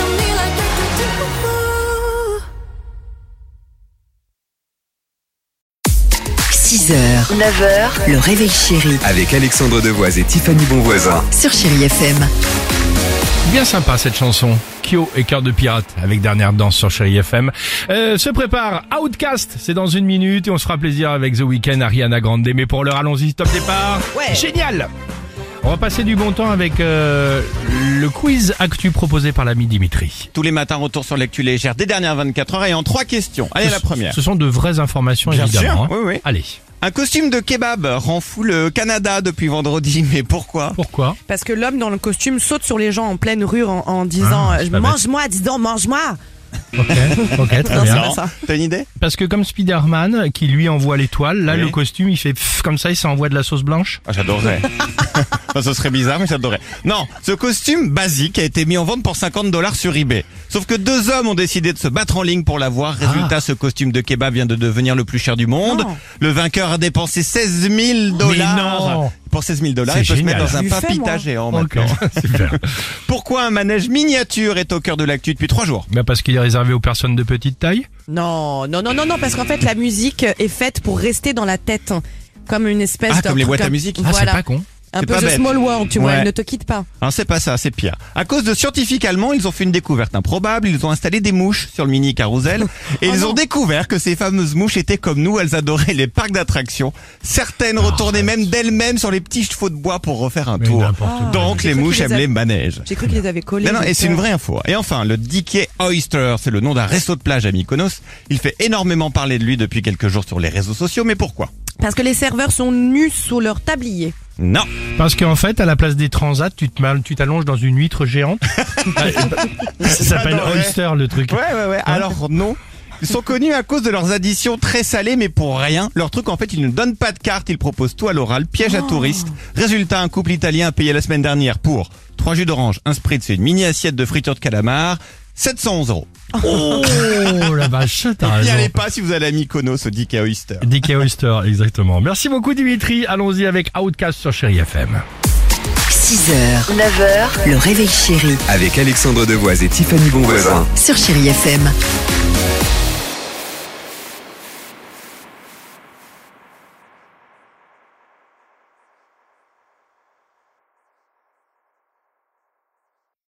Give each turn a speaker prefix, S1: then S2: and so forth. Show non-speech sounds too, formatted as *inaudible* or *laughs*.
S1: on me like we could do. Ooh.
S2: 6h, 9h, le réveil chéri
S3: Avec Alexandre Devoise et Tiffany Bonvoisin.
S2: sur Chérie FM.
S4: Bien sympa cette chanson. Kyo et cœur de pirate avec dernière danse sur Chéri FM. Euh, se prépare Outcast, c'est dans une minute et on se fera plaisir avec The Weeknd, Ariana Grande. Mais pour l'heure, allons-y, top départ. Génial. On va passer du bon temps avec euh, le quiz actu proposé par l'ami Dimitri.
S5: Tous les matins, retour sur l'actu légère des dernières 24 heures et en trois questions. Allez, la première.
S4: Ce sont de vraies informations
S5: Bien
S4: évidemment. hein.
S5: sûr, oui, oui.
S4: Allez,
S5: Un costume de kebab rend fou le Canada depuis vendredi, mais pourquoi
S4: pourquoi
S6: Parce que l'homme dans le costume saute sur les gens en pleine rue en, en disant
S4: Ah, c'est pas
S6: euh, Mange-moi, dis donc, mange-moi
S4: Ok, ok, très
S6: Non, c'est
S4: bien.
S6: pas ça.
S5: T'as une idée
S4: Parce que comme Spider-Man qui lui envoie l'étoile, là
S5: Oui.
S4: le costume il fait pff comme ça et ça envoie de la sauce blanche.
S5: ah, *laughs* J'adorerais. Enfin, ce serait bizarre, mais j'adorerais. Non, ce costume basique a été mis en vente pour 50 dollars sur eBay. Sauf que deux hommes ont décidé de se battre en ligne pour l'avoir. Résultat, ce costume de kebab vient de devenir le plus cher du monde.
S6: Non.
S5: Le vainqueur a dépensé 16 000
S4: non.
S5: dollars. Pour 16 000 dollars,
S4: C'est
S5: il peut
S4: génial.
S5: se mettre dans un
S6: Je lui fais,
S5: papita
S6: moi.
S5: géant
S4: Ok,
S5: maintenant.
S4: super.
S5: Pourquoi un manège miniature est au cœur de l'actu depuis trois jours
S4: Bah parce qu'il est réservé aux personnes de petite taille.
S6: Non, non, non, non, non, parce qu'en fait, la musique est faite pour rester dans la tête. Comme une espèce
S5: Ah,
S6: de.
S5: comme les boîtes à
S6: comme-
S5: musique.
S4: Ah, c'est
S6: Voilà.
S4: pas con.
S6: Un
S5: C'est
S6: peu
S5: pas
S6: The
S5: bête.
S6: Small World, tu vois,
S5: Ouais.
S6: elle ne te quitte pas.
S5: Hein, c'est pas ça, c'est pire. À cause de scientifiques allemands, ils ont fait une découverte improbable. Ils ont installé des mouches sur le
S4: *laughs*
S5: mini carrousel et
S4: Ah
S5: ils ont découvert que ces fameuses mouches étaient comme nous. Elles adoraient les parcs d'attractions. Certaines retournaient même d'elles-mêmes sur les petits chevaux de bois pour refaire un
S4: Ah, Mais
S5: tour.
S4: n'importe quoi. Ah,
S5: Donc
S6: J'ai
S5: les
S6: cru
S5: mouches
S6: qu'ils
S5: aiment les manèges.
S6: J'ai cru qu'ils les avaient collés.
S5: Non, non,
S6: j'ai
S5: et c'est une
S6: peur.
S5: vraie info. Et enfin, le Dickey Oyster, c'est le nom d'un resto de plage à Mykonos. Il fait énormément parler de lui depuis quelques jours sur les réseaux sociaux, mais pourquoi
S6: Parce que les serveurs sont nus sous leur tablier.
S5: Non
S4: Parce qu'en fait, à la place des transats, tu te mal- tu t'allonges dans une huître
S5: *laughs*
S4: géante. ça s'appelle
S5: J'adorais.
S4: Oyster le truc.
S5: Ouais, ouais, ouais. Alors, non. Ils sont connus à cause de leurs additions très salées, mais pour rien. Leur truc, en fait, ils ne donnent pas de carte, ils proposent tout à l'oral, piège à touristes. Résultat, un couple italien a payé la semaine dernière pour trois jus d'orange, un spritz et une mini assiette de friture de calamar, 711 euros.
S4: Oh la vache, t'as
S5: N'y allez
S4: raison.
S5: pas si vous allez à Mykonos au Dick Oyster.
S4: Dickey Oyster, exactement. Merci beaucoup Dimitri. Allons-y avec Outcast sur Chéri FM.
S2: 6h, 9h, le réveil chéri
S3: Avec Alexandre Devoise et Tiffany Bonvoisin.
S2: sur Chérie FM.